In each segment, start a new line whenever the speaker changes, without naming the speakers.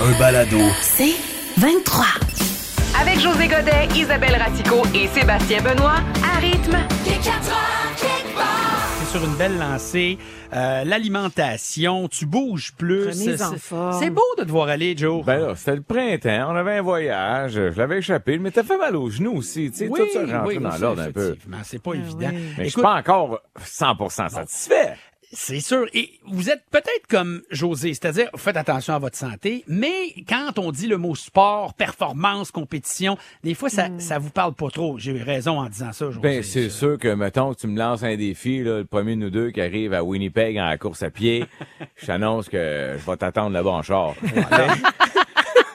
Un balado.
C'est 23.
Avec José Godet, Isabelle Ratico et Sébastien Benoît, à rythme.
sur une belle lancée. Euh, L'alimentation, tu bouges plus.
Remise en
C'est-
forme.
C'est beau de te voir aller, Joe.
Ben là, c'était le printemps, on avait un voyage, je l'avais échappé, mais t'as fait mal aux genoux aussi, tu sais, tout ça rentré
oui,
dans
oui,
l'ordre un peu.
effectivement, C'est
Ah
pas évident.
Mais je suis
Écoute,
pas encore 100% satisfait.
c'est sûr. Et vous êtes peut-être comme José, c'est-à-dire faites attention à votre santé, mais quand on dit le mot sport, performance, compétition, des fois
Hmm.
ça, ça vous parle pas trop. J'ai eu raison en disant ça, José.
Ben, c'est sûr que, mettons, que tu me lances un défi, là, le premier de nous deux qui arrive à Winnipeg en course à pied, je t'annonce que je vais t'attendre là-bas en char.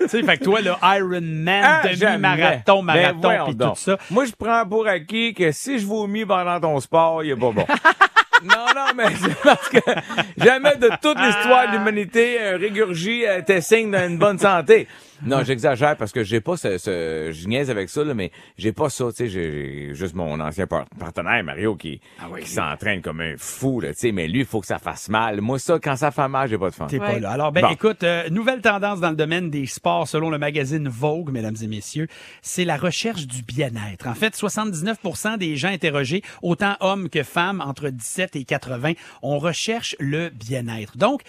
Tu sais, fait que toi, le Ironman,
Ah,
demi-marathon,
j'aimerais. Ben,
marathon,
voyons
puis tout
donc.
ça.
Moi, je prends pour acquis que si je vomis pendant ton sport, il est pas bon. non, non, mais c'est parce que jamais de
Ah.
toute l'histoire de l'humanité un régurgie euh, tes signes d'une bonne santé. Non, j'exagère parce que j'ai pas ce, ce- je niaise avec ça là, mais j'ai pas ça, tu sais, j'ai- j'ai juste mon ancien par- partenaire Mario qui,
Ah
qui s'entraîne comme un fou là, tu sais, mais lui il faut que ça fasse mal. Moi ça quand ça fait mal, j'ai pas de fun.
T'es pas là. Alors, ben,
Bon.
écoute, euh, nouvelle tendance dans le domaine des sports selon le magazine Vogue, mesdames et messieurs, c'est la recherche du bien-être. En fait, 79 des gens interrogés, autant hommes que femmes, entre 17 et 80, on recherche le bien-être. Donc,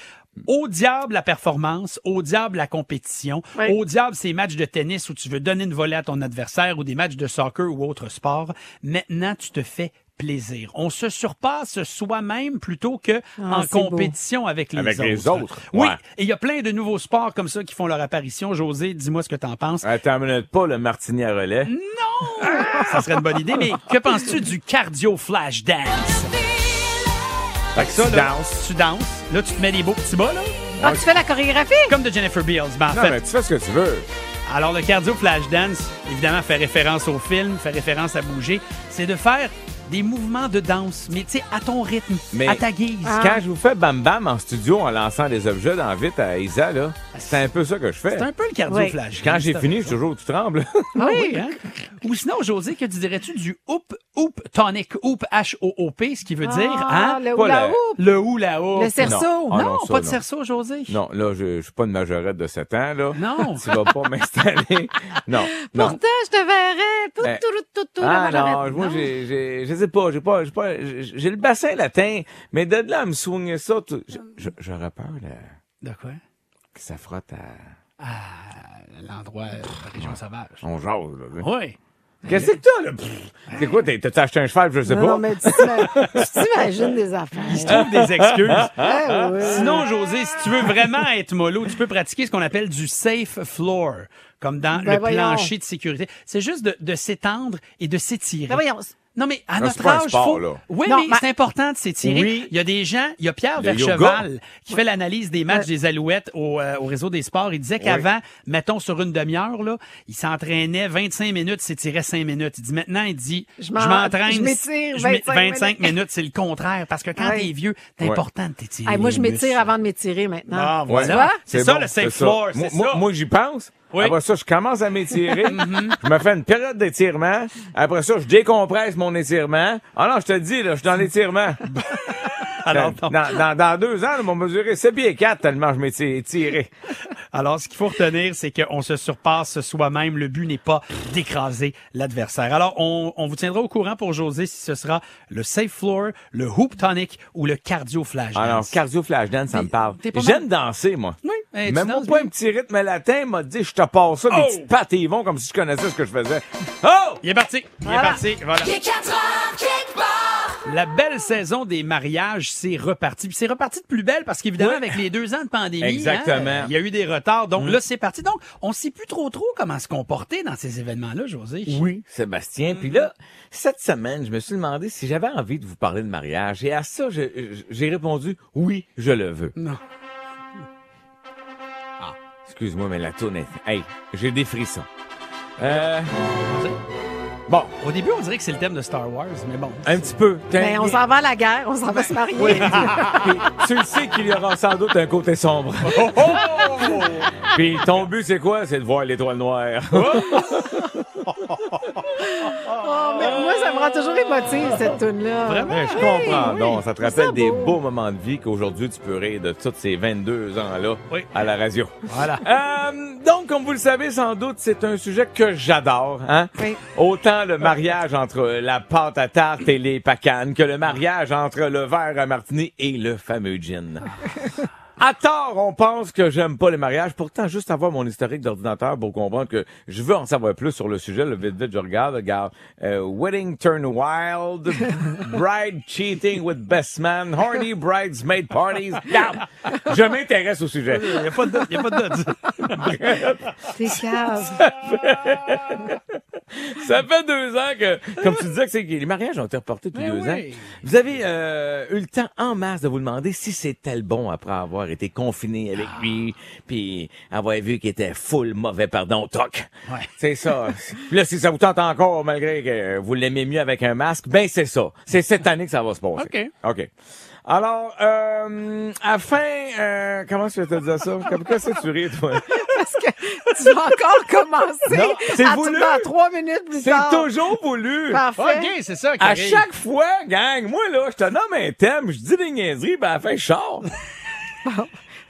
au diable la performance, au diable la compétition, au diable ces matchs de tennis où tu veux donner une volée à ton adversaire ou des matchs de soccer ou autre sport. Maintenant, tu te fais plaisir. On se surpasse soi-même plutôt que en
Ah, c'est beau.
compétition avec les
Avec
autres. hein.
les autres,
Oui,
ouais.
et il y a plein de nouveaux sports comme ça qui font leur apparition. José, dis-moi ce que t'en penses.
Attends une minute, pas le martini à relais.
Ça serait une bonne idée, mais que penses-tu du cardio flash dance?
Fait que ça,
Tu
là,
danses, tu danses. Là, tu te mets des beaux petits bas, là.
Ah, tu fais la chorégraphie?
Comme de Jennifer Beals, ben, en
Non,
fait.
mais tu fais ce que tu veux.
Alors, le cardio flash dance, évidemment, fait référence au film, fait référence à bouger. C'est de faire des mouvements de danse, mais tu sais, à ton rythme,
Mais-
à ta guise. Ah.
Quand je vous fais bam bam en studio en lançant des objets dans vite à Isa, là, c'est un peu ça que je fais.
C'est un peu le cardio
Oui.
flash
Quand
dance,
j'ai
t'as
fini, je
raison.
suis toujours, tu trembles.
Ah oui, hein? Ou sinon, José, que dirais-tu du hoop, hoop tonic, hoop, H-O-O-P, ce qui veut dire,
Ah,
hein?
le
Pas
hula
le-
hoop.
Le ou la hoop.
Le cerceau.
Non. Ah,
non,
ça,
pas de
non.
cerceau, José.
non, là, je, je suis pas une majorette de 7 ans, là.
Non.
Tu vas pas m'installer. Non, non.
Pourtant, je te verrais. Tout,
Eh.
tout, tout, tout,
Ah
la majorette.
non, moi j'ai, j'ai, je sais pas, j'ai pas, j'ai pas, j'ai j'ai le bassin latin, mais de là à me soigner ça, tout- je- je- j'aurais peur là,
De quoi?
que ça frotte à,
L'endroit, euh, la région sauvage.
on jase. Là.
Oui.
Qu'est-ce que t'as là Pff, C'est quoi, t'as- t'as acheté un cheval, je sais
Non,
pas.
non, mais tu t'ima- tu t'imagines des
Ah.
Je
affaires.
trouve des excuses.
Ah, ouais.
Sinon, José, si tu veux vraiment être mollo, tu peux pratiquer ce qu'on appelle du safe floor, comme dans
Ben
le
voyons.
plancher de sécurité. C'est juste de, de s'étendre et de s'étirer.
Ben voyons.
Non, mais à
Là,
notre
c'est pas un
âge,
sport,
faut...
là.
Oui,
Non,
mais
mais-
c'est important de s'étirer.
Oui.
Il y a des gens, il y a Pierre
Le yoga.
Vercheval qui fait l'analyse des matchs des Alouettes au, euh, au réseau des sports. Il disait qu'avant, mettons sur une demi-heure, là, il s'entraînait 25 minutes, s'étirait 5 minutes. Il dit maintenant, il dit, je
Je m'en-
m'entraîne,
je m'étire
je mets-
25
minutes. C'est le contraire parce que quand
Ouais.
t'es vieux, c'est
Ouais.
important de t'étirer.
Hey, moi,
les
je m'étire
muscles.
avant de m'étirer maintenant.
Ah,
Ouais.
voilà.
C'est
C'est ça,
bon,
le
c'est
safe
ça.
floor.
Moi,
c'est
moi-
ça.
moi, j'y pense.
Oui.
Après ça, je commence à m'étirer.
Mhm.
je me fais une période d'étirement. Après ça, je décompresse mon étirement. Ah non, je te dis, là, je suis dans l'étirement.
Ben, Alors,
dans, dans- dans deux ans, ils m'ont mesuré 7 pieds 4 tellement je m'étire. étiré.
Alors, ce qu'il faut retenir, c'est qu'on se surpasse soi-même. Le but n'est pas d'écraser l'adversaire. Alors, on, on vous tiendra au courant pour José si ce sera le safe floor, le hoop tonic ou le cardio flash.
Alors,
dance.
cardio flash dance, ça me parle.
t'es pas
J'aime danser, moi.
Oui, eh, tu
Même
danses
pas
bien.
un petit rythme latin m'a dit, je te passe ça, des
Oh!
petites pattes et ils vont comme si je connaissais ce que je faisais. Oh!
Il est parti. Il est parti. Voilà. La belle saison des mariages, c'est reparti. Puis c'est reparti de plus belle parce qu'évidemment, avec les deux ans de pandémie,
Exactement. Mm.
hein, il y a eu des retards. Donc là, c'est parti. Donc, on sait plus trop trop comment se comporter dans ces événements-là, José.
Oui, Sébastien.
Mm-hmm.
Puis là, cette semaine, je me suis demandé si j'avais envie de vous parler de mariage. Et à ça, je- je- j'ai répondu oui, je le veux.
Non.
Ah, Excuse-moi, mais la tournée. Hey, j'ai des frissons. Euh... Bon.
Au début, on dirait que c'est le thème de Star Wars, mais bon.
Un petit peu.
Mais Ben, on s'en va à la guerre, on s'en va se marier.
Oui. Puis, tu le sais qu'il y aura sans doute un côté sombre. Puis ton but, c'est quoi? C'est de voir l'étoile noire.
Oh, mais moi, ça me rend toujours émotive, cette tune-là.
Ben, je comprends. Donc, ça te rappelle des beaux moments de vie qu'aujourd'hui, tu peux rire de tous ces 22 ans-là
Oui.
à la radio.
Voilà.
Euh, donc, comme vous le savez sans doute, c'est un sujet que j'adore. Hein?
Oui.
Autant le mariage entre la pâte à tarte et les pacanes que le mariage entre le verre à martini et le fameux gin. À tort, on pense que j'aime pas les mariages. Pourtant, juste avoir mon historique d'ordinateur pour comprendre que je veux en savoir plus sur le sujet. Le vite, vite, je regarde, regarde. Euh, wedding turn wild, bride cheating with best man, horny bridesmaid parties. Regarde, je m'intéresse au sujet.
Il n'y a pas de il y a pas de doute.
T'es cave.
Ça fait deux ans que, comme tu disais, que c'est- les mariages ont été reportés depuis
Mais
deux
oui.
ans. Vous avez euh, eu le temps en masse de vous demander si c'était le bon après avoir été confiné avec lui, puis avoir vu qu'il était full mauvais, pardon, toc.
Ouais.
C'est ça. Puis là, si ça vous tente encore, malgré que vous l'aimez mieux avec un masque, ben c'est ça. C'est cette année que ça va se passer.
OK.
OK. Alors, euh, afin... euh, comment je vais te dire ça? Comme quoi, ça, tu ris, toi?
Parce que tu vas encore commencer
Non, c'est
à
voulu.
dans trois minutes plus
C'est
tard.
toujours voulu!
Parfait.
OK, c'est ça.
À
Karine.
chaque fois, gang, moi là, je te nomme un thème, je dis des niaiseries, ben à la fin, je sors.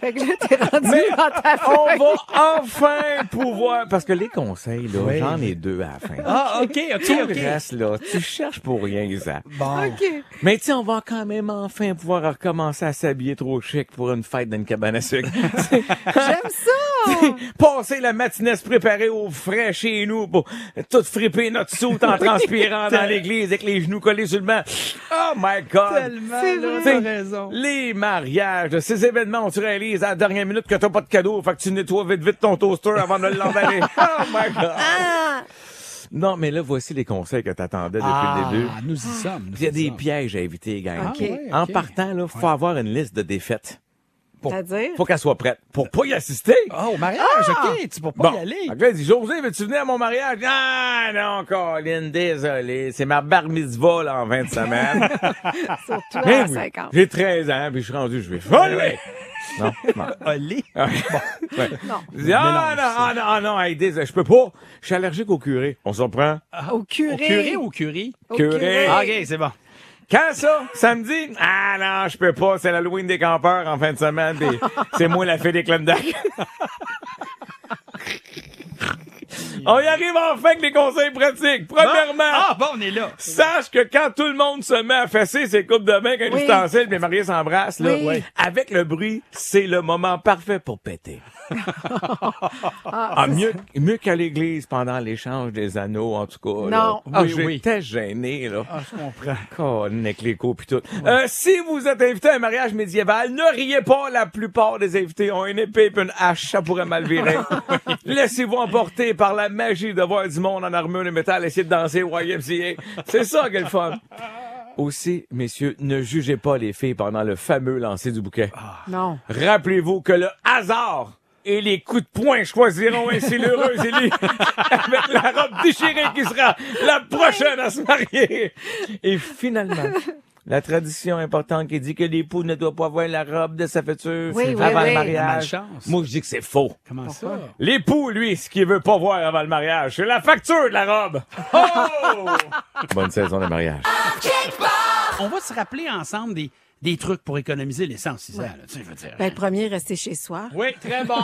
Fait que là, t'es rendu
Mais
dans ta
on
feuille.
va enfin pouvoir... Parce que les conseils, là,
Oui.
j'en ai deux à la fin.
Ah, OK, OK,
Tout le
OK.
reste, là, tu cherches pour rien, Isa.
Bon.
OK.
Mais tu sais, on va quand même enfin pouvoir recommencer à s'habiller trop chic pour une fête dans une cabane à sucre. C'est-
J'aime ça.
Passer la matinée à se préparer au frais chez nous pour tout friper notre soute en transpirant dans l'église avec les genoux collés sur le banc. Oh my God!
C'est
là,
vrai.
t'as raison.
Les mariages, ces événements où tu réalises à la dernière minute que t'as pas de cadeau, fait que tu nettoies vite vite ton toaster avant de l'emballer. oh my God!
Ah.
Non, mais là, voici les conseils que t'attendais depuis le début.
Ah, nous y sommes. nous
Il y a
y
des
sommes.
pièges à éviter, gang.
Ah, OK. ouais,
En
OK.
partant, là, faut avoir une liste de défaites.
C'est-à-dire?
Faut qu'elle soit prête pour pas y assister.
Oh, au mariage, OK, tu peux pas
Bon.
y aller.
Fait que là, il dit, José, veux-tu venir à mon mariage? Ah, non, Colin, désolé. C'est ma bar mitzvah, là, en 20 semaines.
Surtout
Mais
à
oui,
50.
J'ai 13 ans, puis je suis rendu juif. Oh, oui! non, non.
Olé.
Ah, ouais. Je dis, Ah, non, ah, non, ah, non, hey, désolé, je peux pas. Je suis allergique au curé. On s'en prend.
Au curé.
Au curé ou au curé?
Au
curé.
Ah, OK, c'est bon.
Quand ça? Samedi? Ah non, je peux pas. C'est l'Halloween des campeurs en fin de semaine. Pis c'est moi la fée des Klondike. On y arrive enfin avec les conseils pratiques. Premièrement,
Ah, bon, on est là.
sache que quand tout le monde se met à fesser ses coupes de main qu'un
Oui.
ustensile, puis les mariés s'embrassent, là,
Oui. Ouais.
avec le bruit, c'est le moment parfait pour péter.
Ah,
Ah, mieux, mieux qu'à l'église pendant l'échange des anneaux, en tout cas.
Non.
Là.
Ah,
oui,
oui.
J'étais gêné, là.
Ah, je comprends.
Colin, avec les coups pis tout. Euh, si vous êtes invité à un mariage médiéval, ne riez pas, la plupart des invités ont une épée et une hache, ça pourrait mal virer. Laissez-vous emporter par la magie de voir du monde en armure de métal essayer de danser au YMCA. C'est ça qui est le fun. Aussi, messieurs, ne jugez pas les filles pendant le fameux lancer du bouquet.
non.
Rappelez-vous que le hasard et les coups de poing choisiront ainsi l'heureuse Élie avec la robe déchirée qui sera la prochaine à se marier. Et finalement, la tradition importante qui dit que l'époux ne doit pas voir la robe de sa future
Oui, oui,
avant le
oui.
mariage.
Malchance.
Moi, je dis que c'est faux.
Comment ça?
L'époux, lui, ce qu'il veut pas voir avant le mariage, c'est la facture de la robe. Oh! Bonne saison de mariage.
On va se rappeler ensemble des, des trucs pour économiser l'essence, Isa, là, tu sais, je veux dire.
Ben, le premier, rester chez soi.
oui, très bon.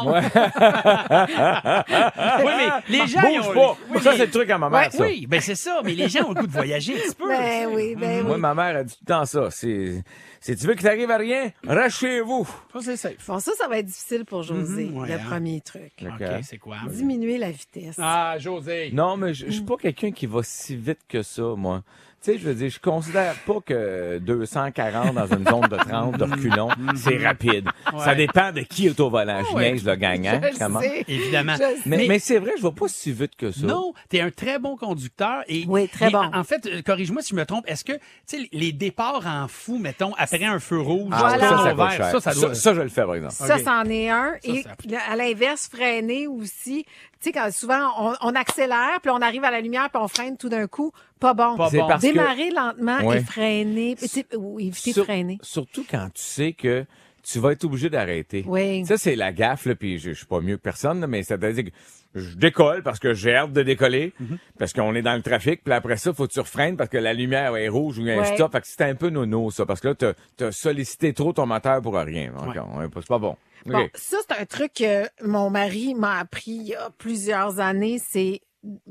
oui, mais les gens... ils
Bouge
ont-
pas.
Oui,
ça,
mais-
c'est le truc à ma mère,
Ouais,
ça.
Oui, ben c'est ça, mais les gens ont le goût de voyager un petit peu.
Ben oui, ben
Moi,
oui.
ma mère a dit tout le temps ça. C'est, si tu veux que t'arrives à rien, reste chez vous.
Ça, c'est safe.
Bon, ça, ça va être difficile pour José,
Mhm, ouais,
le
hein.
premier truc.
OK, c'est quoi?
Diminuer la vitesse.
Ah, José.
Non, mais je je suis pas quelqu'un qui va si vite que ça, moi. Tu Tu sais, je veux dire, je considère pas que 240 dans une zone de 30 de reculons, c'est rapide. Ça
Ouais. Ah
dépend de qui est au volant. Je niaise le gagnant.
Je
comment.
sais.
Évidemment.
Je sais.
Mais,
Mais-
mais c'est vrai, je vais pas si vite que ça.
Non, t'es un très bon conducteur. Et,
Oui, très
et
bon.
en- En fait, euh, corrige-moi si je me trompe, est-ce que, tu sais, les départs en fou, mettons, après un feu rouge,
Ah,
tu
Voilà.
tournes
ça, ça,
au
coûte
vert,
cher.
ça, ça doit...
ça, je le fais, par exemple.
Ça,
OK.
c'en est un.
Ça,
et
ça-
le- à l'inverse, freiner aussi. Tu sais, quand souvent, on, on accélère, puis on arrive à la lumière, puis on freine tout d'un coup. Pas bon.
Pas
C'est
bon.
parce que-
Démarrer lentement
Ouais.
et freiner. Tu sais, ou éviter de
Sur-
freiner.
Surtout quand tu sais que tu vas être obligé d'arrêter.
Oui.
Ça, c'est la gaffe, là, puis je, je suis pas mieux que personne, là, mais c'est-à-dire que je décolle parce que j'ai hâte de décoller,
Mm-hmm.
parce qu'on est dans le trafic, puis après ça, faut que tu refreines parce que la lumière est rouge ou il y a un
Ouais.
stop. Fait que c'est un peu nono, ça, parce que là, t'as, t'as sollicité trop ton moteur pour rien. Donc,
Ouais.
on- c'est pas bon. OK.
Bon, ça, c'est un truc que mon mari m'a appris il y a plusieurs années, c'est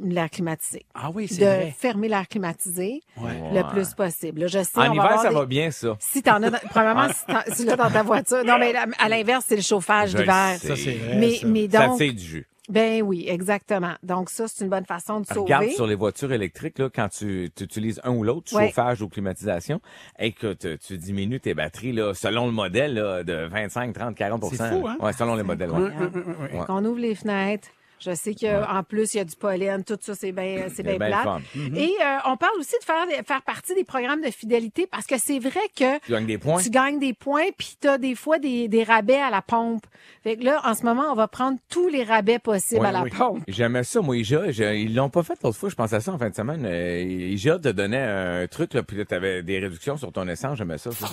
l'air climatisé.
Ah oui, c'est
De
vrai.
fermer l'air climatisé
Ouais.
le plus possible. Là, Je sais,
En
on
hiver,
avoir
ça
des-
va bien, ça.
Si t'en as, dans- premièrement, si t'en- si tu l'as dans ta voiture. Non, mais la- à l'inverse, c'est le chauffage
Je
d'hiver.
le sais.
Ça, c'est vrai.
Mais,
ça.
mais
ça
donc,
c'est du jus.
ben oui, exactement. Donc ça, c'est une bonne façon de
Ah, Regarde
sauver.
sur les voitures électriques, là, quand tu, tu utilises un ou l'autre,
Ouais.
chauffage ou climatisation, et que te- tu diminues tes batteries là, selon le modèle là, de 25, 30, 40
C'est fou, hein?
Ouais, selon les modèles. ouais.
Hein? Fait Qu'on ouvre les fenêtres. Je sais qu'en plus, il y a du pollen, tout ça, c'est bien c'est bien
bien le
plate.
fun. Mm-hmm.
Et euh, on parle aussi de faire, faire partie des programmes de fidélité parce que c'est vrai que
Tu gagnes des points.
tu gagnes des points, puis tu as des fois des, des rabais à la pompe. Fait que là, en ce moment, on va prendre tous les rabais possibles
Ouais,
à la
oui.
pompe.
J'aimais ça, moi, IGA. j'ai- Ils l'ont pas fait l'autre fois, je pensais à ça en fin de semaine. Euh, IGA te donnait un truc, là, puis là, t'avais des réductions sur ton essence, j'aimais ça. ça.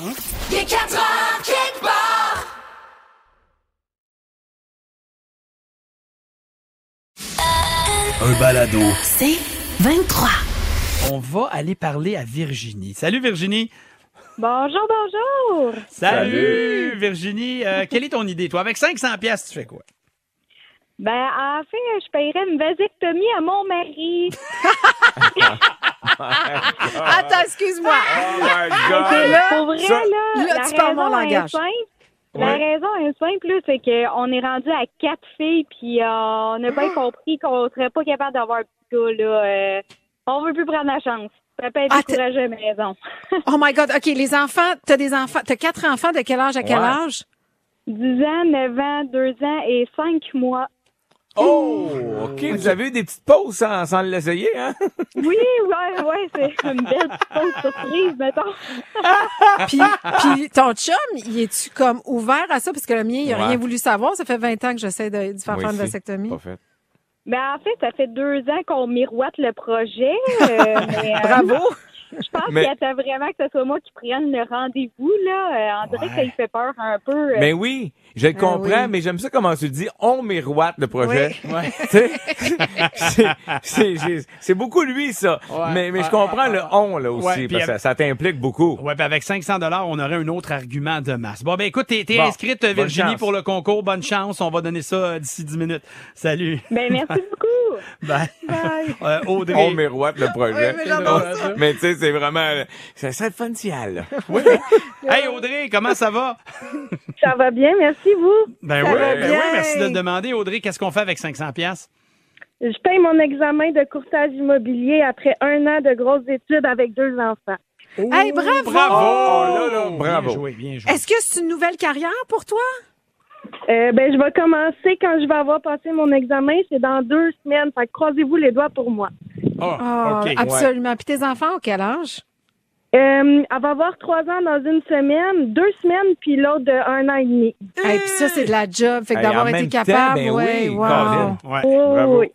Un balado.
C'est 23.
On va aller parler à Virginie. Salut, Virginie.
Bonjour, bonjour.
Salut, Virginie. Euh, quelle est ton idée, toi? Avec 500 pièces, tu fais quoi?
Ben, en fait, je paierais une vasectomie à mon mari.
Ah.
Attends, excuse-moi.
Oh my
C'est
God!
Pour vrai,
ça-
là,
Là,
la
tu parles mon
raison est
langage.
simple. La
Ouais.
raison est simple, là, c'est qu'on est rendu à quatre filles, puis euh, on a bien
Ah!
compris qu'on serait pas capable d'avoir un petit gars, là. euh, on veut plus prendre la chance. Papa est
Ah,
découragé à la maison.
Oh my God. OK, les enfants, t'as des enfants, t'as quatre enfants de quel âge à quel
Ouais.
âge?
10 ans, 9 ans, 2 ans et 5 mois.
Oh! OK, vous avez eu des petites pauses sans, sans l'essayer, hein?
Oui, ouais, ouais, c'est une belle petite fausse surprise, mettons.
Puis, puis ton chum, il est-tu comme ouvert à ça? Parce que le mien, il a
Ouais.
rien voulu savoir. Ça fait 20 ans que j'essaie de, de faire
Moi
faire une
ici,
vasectomie.
Pas fait.
Mais Ben, en fait, ça fait deux ans qu'on miroite le projet. euh, mais, euh,
Bravo!
Je pense
Mais-
qu'il attend vraiment que ce soit moi qui prenne le rendez-vous, là. Euh, on dirait
Ouais.
qu'il fait peur un peu. euh,
Mais oui, je le comprends,
Ah oui.
mais j'aime ça comment tu le dis, on miroite le projet. Tu sais, c'est- c'est- c'est- C'est beaucoup lui, ça.
Ouais,
mais mais
ouais,
je comprends
ouais,
le
ouais.
on, là, aussi,
Ouais, puis
parce que
à-
ça, ça t'implique beaucoup.
Ouais, puis avec 500 dollars, on aurait un autre argument de masse. Bon, ben écoute, t'es t'es
Bon.
inscrite,
Bonne
Virginie,
chance.
pour le concours. Bonne chance. On va donner ça euh, d'ici 10 minutes. Salut.
ben, merci beaucoup.
Bye. Euh, Audrey.
On miroite le projet.
Oui, mais j'adore ça.
Mais tu sais, c'est vraiment... Ça serait le fun si elle...
Hey Audrey, comment ça va?
Ça va bien, merci vous.
Ben
Ça
oui,
va
ben
bien.
oui, merci de le demander Audrey, qu'est-ce qu'on fait avec 500 pièces
Je paye mon examen de courtage immobilier après un an de grosses études avec deux enfants.
Hey, bravo!
Bravo! Oh, Là, là, bravo.
Bien joué, bien joué.
Est-ce que c'est une nouvelle carrière pour toi?
Euh, ben, je vais commencer quand je vais avoir passé mon examen. C'est dans deux semaines. Fait que croisez-vous les doigts pour moi.
Ah,
Ah,
OK.
absolument. Puis tes enfants, à quel âge?
Euh, elle va avoir trois ans dans une semaine, deux semaines, puis l'autre de un an et demi.
Et puis ça, c'est de la job. Fait que
Hey, en
d'avoir été
même temps,
capable,
ben
ouais,
oui,
wow.
Colin.
Ouais.
Oh,
bravo.
oui.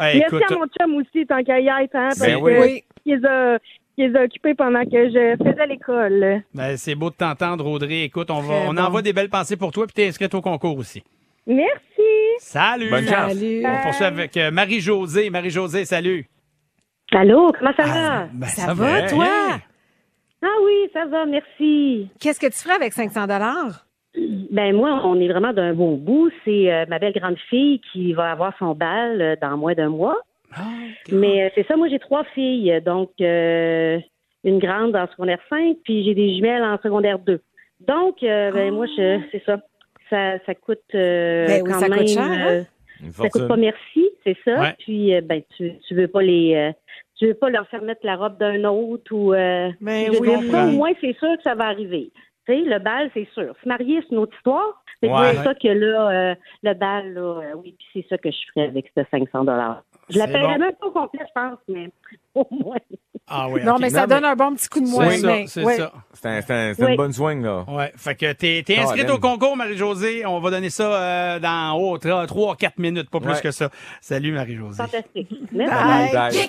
Hey, écoute,
Merci à mon chum aussi, tant qu'à y être, hein, parce
Eh, Ben
que
oui.
Oui.
il les a- il les a occupés pendant que je faisais l'école.
ben, c'est beau de t'entendre Audrey. Écoute, on, va,
Très
on
bon.
envoie des belles pensées pour toi puis t'es inscrite au concours aussi.
Merci.
Salut.
Bonne chance.
Salut.
On poursuit avec euh, Marie-Josée. Marie-Josée, salut.
Allô, comment ça
Ah,
va?
ben,
Ça, va,
bien.
toi?
Ah oui, ça va, merci.
Qu'est-ce que tu ferais avec 500 dollars?
Ben moi, on est vraiment d'un bon bout. C'est euh, ma belle grande fille qui va avoir son bal euh, dans moins d'un mois. Mais euh, c'est ça, moi j'ai trois filles, donc euh, une grande en secondaire 5, puis j'ai des jumelles en secondaire 2. Donc euh, ben moi je c'est ça. Ça ça coûte euh,
Ben oui,
quand
ça coûte
même,
cher, hein?
euh,
Une
ça coûte pas
fortune.
merci, c'est ça.
Ouais.
Puis euh, ben tu tu veux pas les euh, tu veux pas leur faire mettre la robe d'un autre ou. euh,
Mais
je veux
oui.
dire, ça, au
Ouais.
moins, c'est sûr que ça va arriver. Tu sais, le bal, c'est sûr. Se marier, c'est une autre histoire. C'est
Ouais.
pour ça que là, euh, le bal, là, euh, oui, puis c'est ça que je ferais avec ce 500 Je
C'est
l'appellerais
bon.
même pas au complet, je pense, mais au moins.
Ah oui,
non,
ok.
mais ça donne un bon petit coup de
C'est
moins.
ça,
mais-
c'est
ouais.
ça.
C'est un- c'est un- c'est
Oui.
une bonne swing, là.
Ouais, fait que t'es t'es
Ah,
inscrite
Hélène.
au concours, Marie-Josée. On va donner ça euh, dans oh, 3-4 minutes, pas plus
Ouais.
que ça. Salut, Marie-Josée.
Fantastique.
Bye.
Ben,
Merci.
Bye. Les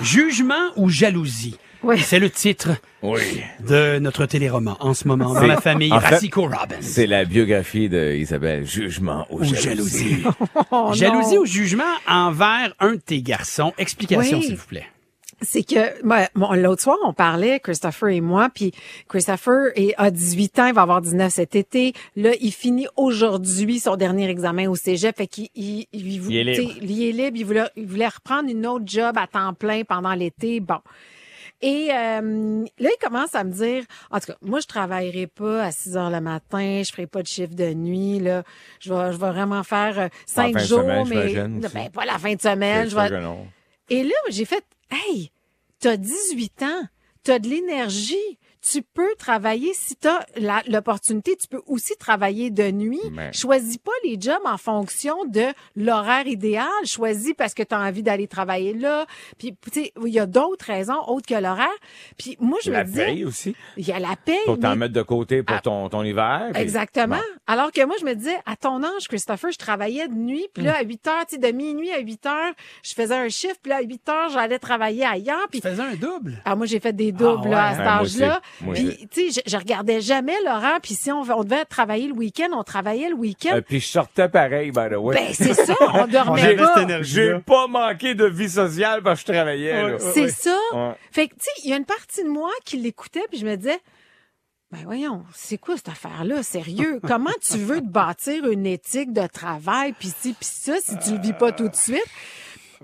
Jugement ou jalousie? C'est le titre de notre téléroman en ce moment, dans
C'est-
la famille
en fait,
Rassico Robbins.
C'est la biographie d'Isabelle, Jugement ou,
Ou jalousie.
Oh
Jalousie ou jugement envers un de tes garçons. Explication,
Oui.
s'il vous plaît.
c'est que moi, mon- l'autre soir, on parlait, Christopher et moi, puis Christopher est- a 18 ans, il va avoir 19 cet été. Là, il finit aujourd'hui son dernier examen au Cégep, fait qu'il il, il, vou-
Il est
t'sais,
libre.
il est libre, il voulait, il voulait reprendre une autre job à temps plein pendant l'été. Bon. Et euh, là, il commence à me dire, en tout cas, moi, je travaillerai pas à 6 heures le matin, je ferai pas de chiffre de nuit, là. Je vais, je vais vraiment faire euh, cinq
fin de
jours,
semaine,
mais
j'imagine, aussi.
ben, pas la fin de semaine.
C'est
Je
sûr
vais,
que non.
et là, j'ai fait, hey, t'as 18 ans, t'as de l'énergie, tu peux travailler si t'as la- l'opportunité, tu peux aussi travailler de nuit.
Mais-
Choisis pas les jobs en fonction de l'horaire idéal. Choisis parce que t'as envie d'aller travailler là. Puis, tu sais, il y a d'autres raisons autres que l'horaire. Puis moi, je
La
me dis,
veille aussi.
il y a la paye.
Pour
mais- Ah,
t'en mettre de côté pour ton, ton hiver. puis-
Exactement. Alors que moi, je me disais, à ton âge, Christopher, je travaillais de nuit, puis
Mm.
là, à 8 heures, tu sais, de minuit à 8 heures, je faisais un chiffre, puis là, à 8 heures, j'allais travailler ailleurs. Puis... Tu
faisais un double?
Ah, moi, j'ai fait des doubles,
Ah,
là,
ouais.
à cet
Ah, moi
âge-là.
aussi. Moi
Puis,
aussi.
tu sais, je, je regardais jamais l'horaire, puis si on, on devait travailler le week-end, on travaillait le week-end.
Euh, puis je sortais pareil, by the way.
Ben, c'est ça, on dormait
J'ai-
pas.
J'ai pas manqué de vie sociale parce que je travaillais. là.
C'est ça.
Ouais.
Fait que, tu sais, il y a une partie de moi qui l'écoutait, puis je me disais, ben voyons, c'est quoi cette affaire-là, sérieux? Comment tu veux te bâtir une éthique de travail, puis ci, puis ça, si tu le vis pas tout de suite?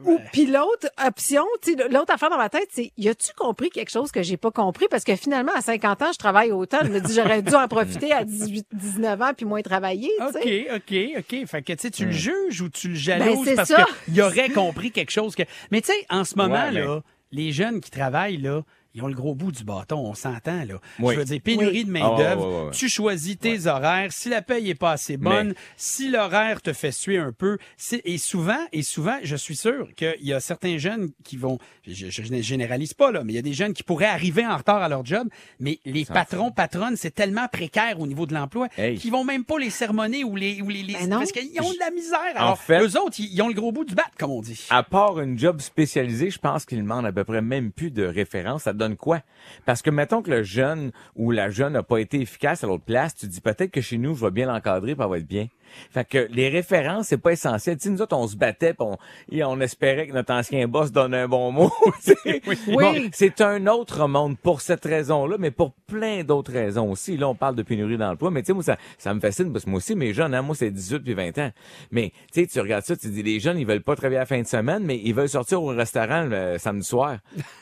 Ou puis l'autre option, tu sais, l'autre affaire dans ma tête, c'est y a-tu compris quelque chose que j'ai pas compris parce que finalement à 50 ans, je travaille autant, je me dis j'aurais dû en profiter à 18 19 ans puis moins travailler, tu
OK,
sais.
OK, OK. Fait que, tu sais, tu
Hmm.
le juges ou tu le jalouses
Ben, c'est
parce
ça.
qu'il aurait compris quelque chose que... Mais tu sais, en ce moment,
Ouais, mais-
là, les jeunes qui travaillent, là, ils ont le gros bout du bâton, on s'entend, là.
Oui.
Je veux dire, pénurie
Oui.
de main-d'œuvre.
Ah, ouais, ouais, ouais, ouais.
Tu choisis tes horaires. Si la paye est pas assez bonne,
Mais-
si l'horaire te fait suer un peu, c'est- et souvent, et souvent, je suis sûr qu'il y a certains jeunes qui vont, je, je, je ne généralise pas, là, mais il y a des jeunes qui pourraient arriver en retard à leur job, mais les patrons, patronnes, c'est tellement précaire au niveau de l'emploi
Hey.
qu'ils vont même pas les sermonner ou les, ou les, les- parce qu'ils ont de la misère. Alors,
fait-
eux autres, ils, ils ont le gros bout du bat, comme on dit.
À part une job spécialisée, je pense qu'il demande à peu près même plus de référence. Ça donne quoi? Parce que mettons que le jeune ou la jeune n'a pas été efficace à l'autre place, tu te dis peut-être que chez nous, je vais bien l'encadrer pour va être bien. Fait que les références, c'est pas essentiel. Tu sais, nous autres, on se battait pis on, et on espérait que notre ancien boss donne un bon mot. tu sais. Bon, c'est un autre monde pour cette raison-là, mais pour plein d'autres raisons aussi. Là, on parle de pénurie d'emploi, mais tu sais, moi, ça, ça me fascine parce que moi aussi, mes jeunes, hein, moi, c'est 18 puis 20 ans. Mais tu sais, tu regardes ça, tu dis, les jeunes, ils veulent pas travailler à la fin de semaine, mais ils veulent sortir au restaurant le samedi soir.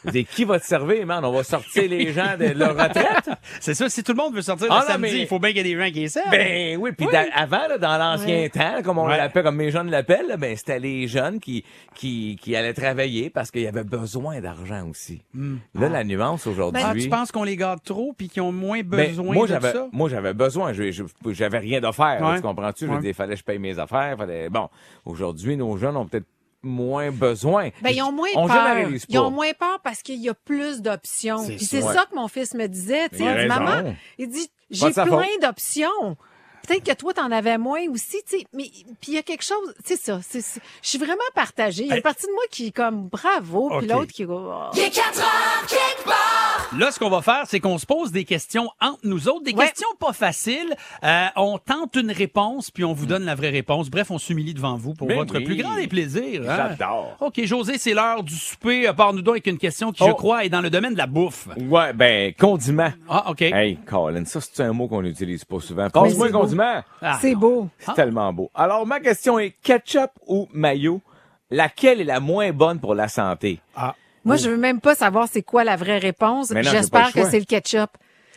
Je dis, qui va te servir, man? On va sortir les gens de leur retraite.
C'est ça, si tout le monde veut sortir le
Ah non,
samedi,
mais-
il faut bien qu'il y ait des gens qui essaient.
Ben oui, puis d'a- avant, là, dans l'ancien
Ouais.
temps, comme on
Ouais.
l'appelle, comme mes jeunes l'appellent, là, ben c'était les jeunes qui, qui, qui allaient travailler parce qu'il y avait besoin d'argent aussi.
Hmm.
Là, la nuance aujourd'hui.
Ah, tu penses qu'on les garde trop puis qu'ils ont moins
Ben,
besoin
moi,
de
j'avais,
ça?
moi, j'avais besoin. Je- je- j'avais rien d'offert.
Ouais.
Tu comprends-tu? Je veux
Ouais.
dire, fallait que je paye mes affaires. Fallait... Bon, aujourd'hui, nos jeunes ont peut-être moins besoin.
Ben, ils ont moins
on
peur.
généralise
Ils ont
pas.
moins peur parce qu'il y a plus d'options.
C'est
Puis
ça.
c'est
Ouais.
ça que mon fils me disait. tu sais,
Mais
Il dit,
il a raison.
maman, il dit,
Pas
j'ai
de sa
plein
faute.
d'options. Peut-être que toi, t'en avais moins aussi, tu sais. Mais, puis il y a quelque chose, c'est ça. c'est- c'est- Je suis vraiment partagée. Il y
Ben,
a une partie de moi qui est comme bravo, puis
Ok.
l'autre qui est comme, oh.
Là, ce qu'on va faire, c'est qu'on se pose des questions entre nous autres, des questions pas faciles. Euh, on tente une réponse, puis on vous donne la vraie réponse. Bref, on s'humilie devant vous pour
Ben
votre
oui.
plus grand des plaisirs. hein.
Oh, J'adore.
OK, José, c'est l'heure du souper. Euh, Pars-nous donc avec une question qui, je
Oh.
crois, est dans le domaine de la bouffe.
Ouais, ben, condiment.
Ah, OK.
Hey, Colin, ça, c'est un mot qu'on n'utilise pas souvent. Passe-moi un
c'est beau.
Ah.
condiment.
C'est beau.
C'est tellement beau. Alors, ma question est ketchup ou mayo, laquelle est la moins bonne pour la santé?
Ah.
Moi, je veux même pas savoir c'est quoi la vraie réponse.
Oh. Mais non, j'ai pas
J'espère
le choix.
que c'est le ketchup.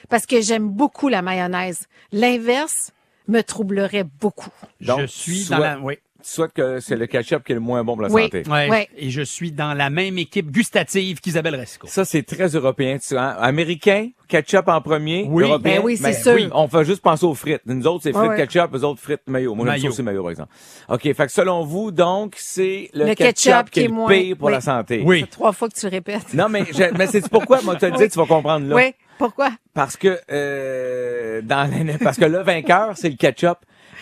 Parce que j'aime beaucoup la mayonnaise. L'inverse me troublerait beaucoup.
je suis dans la... Oui.
souhaites que c'est le ketchup qui est le moins bon pour la
Oui.
santé.
Ouais. Ouais. Et je suis dans la même équipe gustative qu'Isabelle Resco.
Ça, c'est très européen. Tu, hein? Américain, ketchup en premier.
Oui.
européen,
Ben oui, c'est
mais
sûr.
on fait juste penser aux frites. Nous autres, c'est frites
Ouais, ouais.
ketchup, eux autres, frites mayo. Moi, j'aime ça
Mayo.
aussi mayo, par exemple. OK, fait que selon vous, donc, c'est le,
Le ketchup qui est
le
moins-
pire pour
oui.
la santé.
C'est trois fois que tu répètes.
Non, mais, je- mais c'est pourquoi, moi, te le dis,
Oui.
tu vas comprendre là.
Oui, pourquoi?
Parce que euh, dans la- parce que le vainqueur, c'est le ketchup,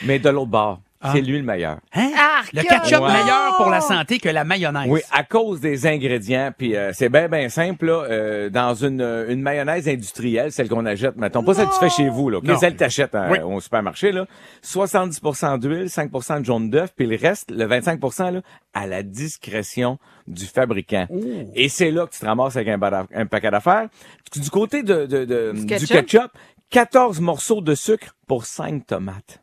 mais de l'autre bord, c'est lui le meilleur.
Ah,
hein? Le ketchup
Ouais.
meilleur pour la santé que la mayonnaise.
Oui, à cause des ingrédients. Puis euh, c'est bien, bien simple. Là, euh, dans une, euh, une mayonnaise industrielle, celle qu'on achète, mettons, pas celle que tu fais chez vous, là, ok,
Non.
celle que tu achètes
Oui.
au supermarché, là, 70 d'huile, 5 de jaune d'œuf, puis le reste, le 25 là, à la discrétion du fabricant. Et c'est là que tu te ramasses avec un, bada- un paquet d'affaires. Du côté de, de- de- du,
ketchup?
ketchup? 14 morceaux de sucre pour 5 tomates.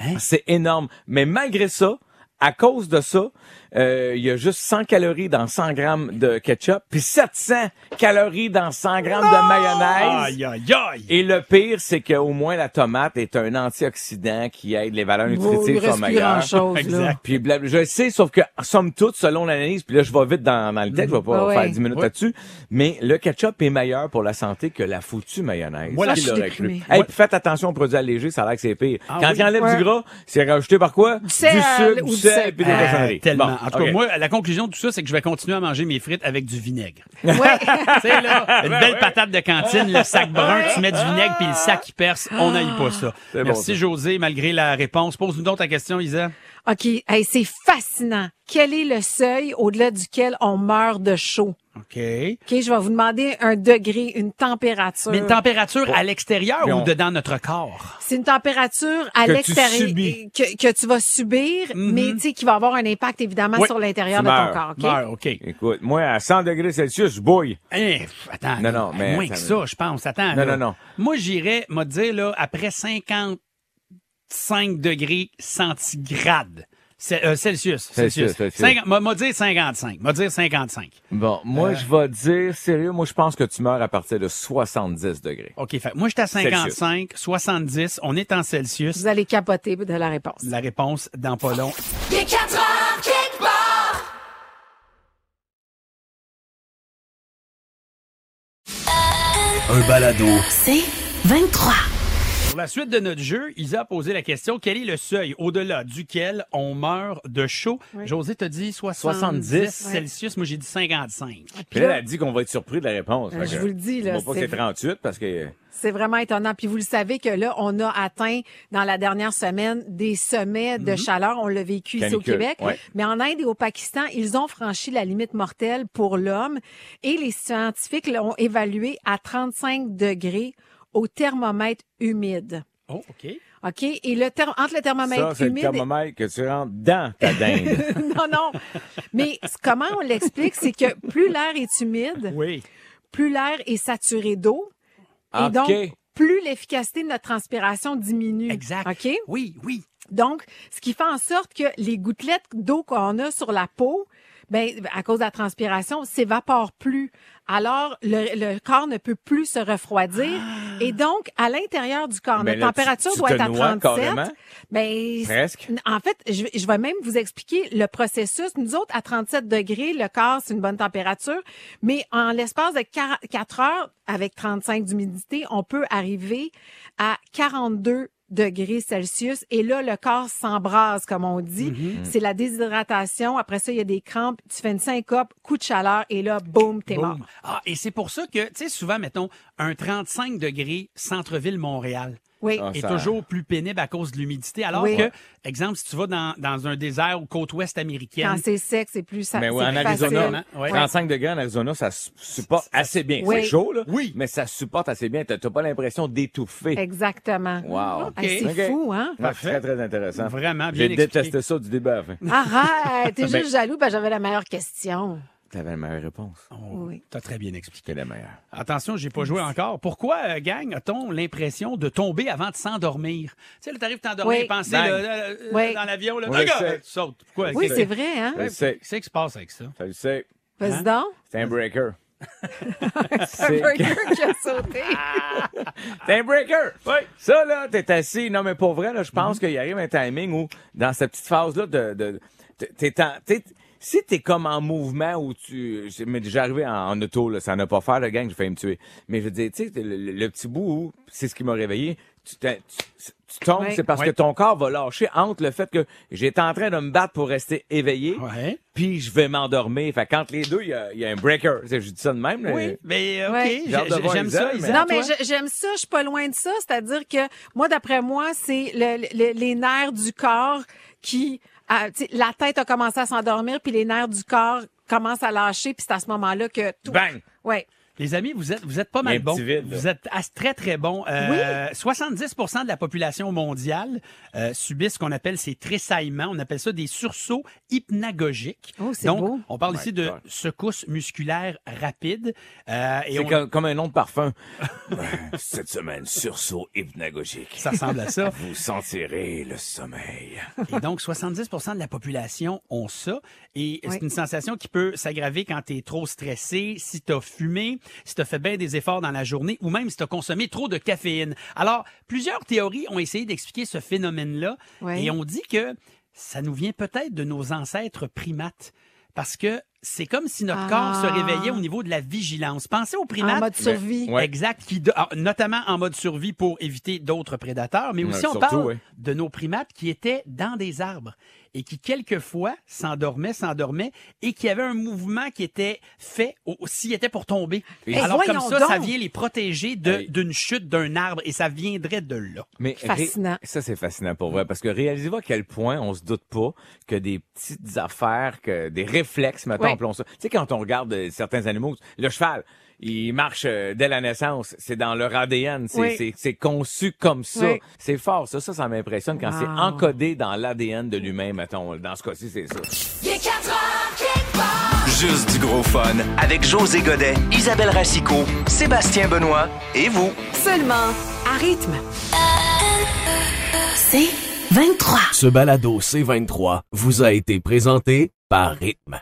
Hein? C'est énorme. Mais malgré ça, à cause de ça, euh, il y a juste 100 calories dans 100 grammes de ketchup, puis 700 calories dans 100 grammes de mayonnaise.
Aïe, aïe, aïe!
Et le pire, c'est qu'au moins la tomate est un antioxydant qui aide les valeurs
Bon, il
nutritives
reste
sont
plus
meilleures.
grand-chose, là. Exact.
Puis blab- je sais, sauf que somme toute, selon l'analyse, puis là je vais vite dans, dans le texte, je vais pas
Ah ouais.
faire 10 minutes
Ouais.
là-dessus, mais le ketchup est meilleur pour la santé que la foutue mayonnaise.
Moi, la-
Qui
je suis
l'aurait cru?
déprimée.
Hey,
Ouais.
puis faites attention aux produits allégés, ça a l'air que c'est pire.
Ah
Quand
oui?
il enlève
Ouais.
du gras, c'est rajouté par quoi? Du
sel
sucre,
ou
du
du
sel,
sel.
puis des
Ah,
cochonneries.
Tellement.
Bon,
en tout cas,
OK.
moi, la conclusion de tout ça, c'est que je vais continuer à manger mes frites avec du vinaigre.
Ouais.
C'est là, une belle patate de cantine, le sac brun, tu mets du vinaigre, puis le sac qui perce. On n'aille pas ça.
Ah, C'est bon,
Merci,
ça.
José, malgré la réponse. Pose-nous donc ta question, Isa.
OK, hey, c'est fascinant. Quel est le seuil au-delà duquel on meurt de chaud? OK,
OK.
je vais vous demander un degré, une température.
Mais une température à l'extérieur
Puis
ou
on-
dedans notre corps?
C'est une température à
Que tu
l'extérieur
subis. Mhm.
que, que tu vas subir, mais tu sais, qui va avoir un impact évidemment
Oui.
sur l'intérieur
Tu
de ton
meurs.
corps. OK?
Meurs, OK.
Écoute, moi, à 100 degrés Celsius, je bouille.
Eh, pff, attends.
Non,
là,
non, mais
Moins que
attends.
ça, je pense. Attends.
Non,
là.
non, non.
Moi, j'irais, m'a dire, là, après 55 degrés centigrades. C'est- euh, Celsius.
Celsius,
Celsius.
Celsius.
Cinquante- M'a m'a dire 55. M'a dire 55.
Bon,
Euh.
moi, je vais dire, sérieux, moi, je pense que tu meurs à partir de 70 degrés.
OK, fait, moi, j'étais à 55, 70. On est en Celsius.
Vous allez capoter de la réponse.
La réponse dans pas long.
Il est 4 heures, quelque part.
Un balado.
C'est 23.
Pour la suite de notre jeu, Isa a posé la question quel est le seuil au-delà duquel on meurt de chaud José t'a dit 70,
70.
Celsius. Moi, j'ai dit 55.
Puis là, elle a dit qu'on va être surpris de la réponse.
Euh,
Fait
je
que,
vous le dis, là,
dis-moi pas que
c'est-
c'est 38 parce que.
C'est vraiment étonnant. Puis vous le savez que là, on a atteint dans la dernière semaine des sommets de chaleur. On l'a vécu ici au
Canicule,
Québec.
ouais.
Mais en Inde et au Pakistan, ils ont franchi la limite mortelle pour l'homme et les scientifiques l'ont évalué à 35 degrés au thermomètre humide.
Oh, OK.
OK? Et le ther- entre le thermomètre
Ça, c'est le
humide et-
thermomètre que tu rentres dans ta dinde.
non, non. Mais c- comment on l'explique, c'est que plus l'air est humide, plus l'air est saturé d'eau, et
Ah,
Ok.
donc plus l'efficacité de notre transpiration diminue. Exact. OK?
Oui, oui.
Donc, ce qui fait en sorte que les gouttelettes d'eau qu'on a sur la peau, ben, à cause de la transpiration, s'évaporent plus. Alors, le, le corps ne peut plus se refroidir. Et donc, à l'intérieur du corps,
Mais
notre
Ah. Ben là, tu-
température
tu
doit
te
être à
noies
37.
carrément?
Ben,
Presque.
En fait, je, vais- je vais même vous expliquer le processus. Nous autres, à 37 degrés, le corps, c'est une bonne température, mais en l'espace de 4 heures, avec 35 d'humidité, on peut arriver à 42 degrés Celsius et là, le corps s'embrase, comme on dit.
Mm-hmm.
Mm.
Mhm.
C'est la déshydratation. Après ça, il y a des crampes. Tu fais une syncope, coup de chaleur et là, boum, t'es mort.
Boom. Ah, et c'est pour ça que, tu sais, souvent, mettons, un 35 degrés centre-ville Montréal
Oui.
est
Ah, ça-
toujours plus pénible à cause de l'humidité. Alors
Oui.
que,
Ouais.
exemple, si tu vas dans, dans un désert ou côte ouest américaine.
Quand c'est sec, c'est plus ça.
mais oui,
c'est
en
plus
Arizona,
facile.
ouais.
Ouais.
35 degrés en Arizona, ça su- supporte assez bien.
Oui.
C'est chaud, là. Oui. Mais ça supporte assez bien. T'as t'as pas l'impression d'étouffer.
Exactement.
Wow.
Hey, c'est
Ok.
fou, hein?
Ouais, Très, très intéressant.
Vraiment bien
J'ai
expliqué.
détesté ça du début à la fin.
Arrête, t'es
Ben-
juste jaloux, ben j'avais la meilleure question.
T'avais la meilleure réponse.
Oui.
T'as très bien expliqué.
la meilleure.
Ah
Attention, j'ai pas joué encore. Pourquoi, euh, gang, a-t-on l'impression de tomber avant de s'endormir? Tu sais, là, t'arrives t'endormir,
Oui.
penser
Bang.
là, là, là,
Oui.
dans l'avion, là,
On le
regarde,
sait.
tu sautes. Pourquoi?
Oui,
Qu'est-ce
c'est
que-
vrai, hein?
Je le sais.
Qu'est-ce qui se passe avec ça?
Ça le sais.
Vas-y
Hein?
donc.
C'est un breaker. C'est-
qui a sauté.
T'es un breaker! Ça, là, t'es assis. Non, mais pour vrai, là, je pense qu'il arrive un timing où, dans cette petite phase-là, de, de- t'es- t'es en- t'es- si t'es comme en mouvement où tu. j'ai- Mais déjà arrivé en, en auto, là, ça n'a pas faire, le gang, j'ai failli me tuer. Mais je veux dire, tu sais, le, le- le petit bout où, c'est ce qui m'a réveillé, tu, t'in- tu- tu tombes,
Ouais.
c'est parce
Ouais.
que ton corps va lâcher entre le fait que j'étais en train de me battre pour rester éveillé, puis je vais m'endormir. Fait qu'entre les deux, il y a- il y, a un breaker. Tu sais, Je dis ça de même. là.
Oui, mais euh, OK,
Ouais.
j'ai-
J'ai hâte de voir
j'aime
Isa,
ça.
mais-
Isa,
Non, mais
toi?
je- j'aime ça, je suis pas loin de ça. C'est-à-dire que moi, d'après moi, c'est le- le- les nerfs du corps qui... ah, tu sais, la tête a commencé à s'endormir, puis les nerfs du corps commencent à lâcher, puis c'est à ce moment-là que tout...
Bang!
Ouais.
Les amis, vous êtes, vous êtes pas
Il y a
mal
un
bons.
petit vide, là.
vous êtes as- très, très bons. Euh, 70 de la population mondiale euh, subit ce qu'on appelle ces tressaillements. On appelle ça des sursauts hypnagogiques.
Oh, c'est
Donc,
beau.
on parle
My
ici de
God.
secousses musculaires rapides. Euh, et
C'est
on-
comme, comme un nom de parfum. Cette semaine, sursaut hypnagogique.
Ça ressemble à ça.
Vous sentirez le sommeil.
Et donc, 70 de la population ont ça. Et
Oui.
c'est une sensation qui peut s'aggraver quand tu es trop stressé, si tu as fumé, si tu as fait bien des efforts dans la journée ou même si tu as consommé trop de caféine. Alors, plusieurs théories ont essayé d'expliquer ce phénomène-là
Oui.
et on dit que ça nous vient peut-être de nos ancêtres primates parce que c'est comme si notre
Ah.
corps se réveillait au niveau de la vigilance. Pensez aux primates.
En mode survie.
Ouais.
Exact, qui do- ah, notamment en mode survie pour éviter d'autres prédateurs, mais aussi
Ouais,
on
surtout,
parle
ouais.
de nos primates qui étaient dans des arbres et qui quelquefois s'endormaient, s'endormaient et qui avaient un mouvement qui était fait au- s'ils étaient pour tomber.
Et-
Alors
Hey,
comme
voyons
ça, ça
donc!
vient les protéger de-
Hey.
d'une chute d'un arbre et ça viendrait de là.
Mais
Fascinant.
ça, c'est fascinant pour vrai, parce que réalisez-vous à quel point on se doute pas que des petites affaires, que des réflexes, maintenant,
Ouais.
appelons ça. Tu sais, quand on regarde euh, certains animaux, le cheval, il marche euh, dès la naissance, c'est dans leur ADN, c'est
Oui.
c'est- c'est conçu comme ça.
Oui.
C'est fort, ça, ça, ça m'impressionne quand
Wow.
c'est encodé dans l'ADN de l'humain, mettons. Dans ce cas-ci, c'est ça.
Il est 4 heures, quelque part.
Juste du gros fun avec José Godet, Isabelle Racicot, Sébastien Benoît et vous.
Seulement à rythme.
C'est 23.
Ce balado C23 vous a été présenté par Rythme.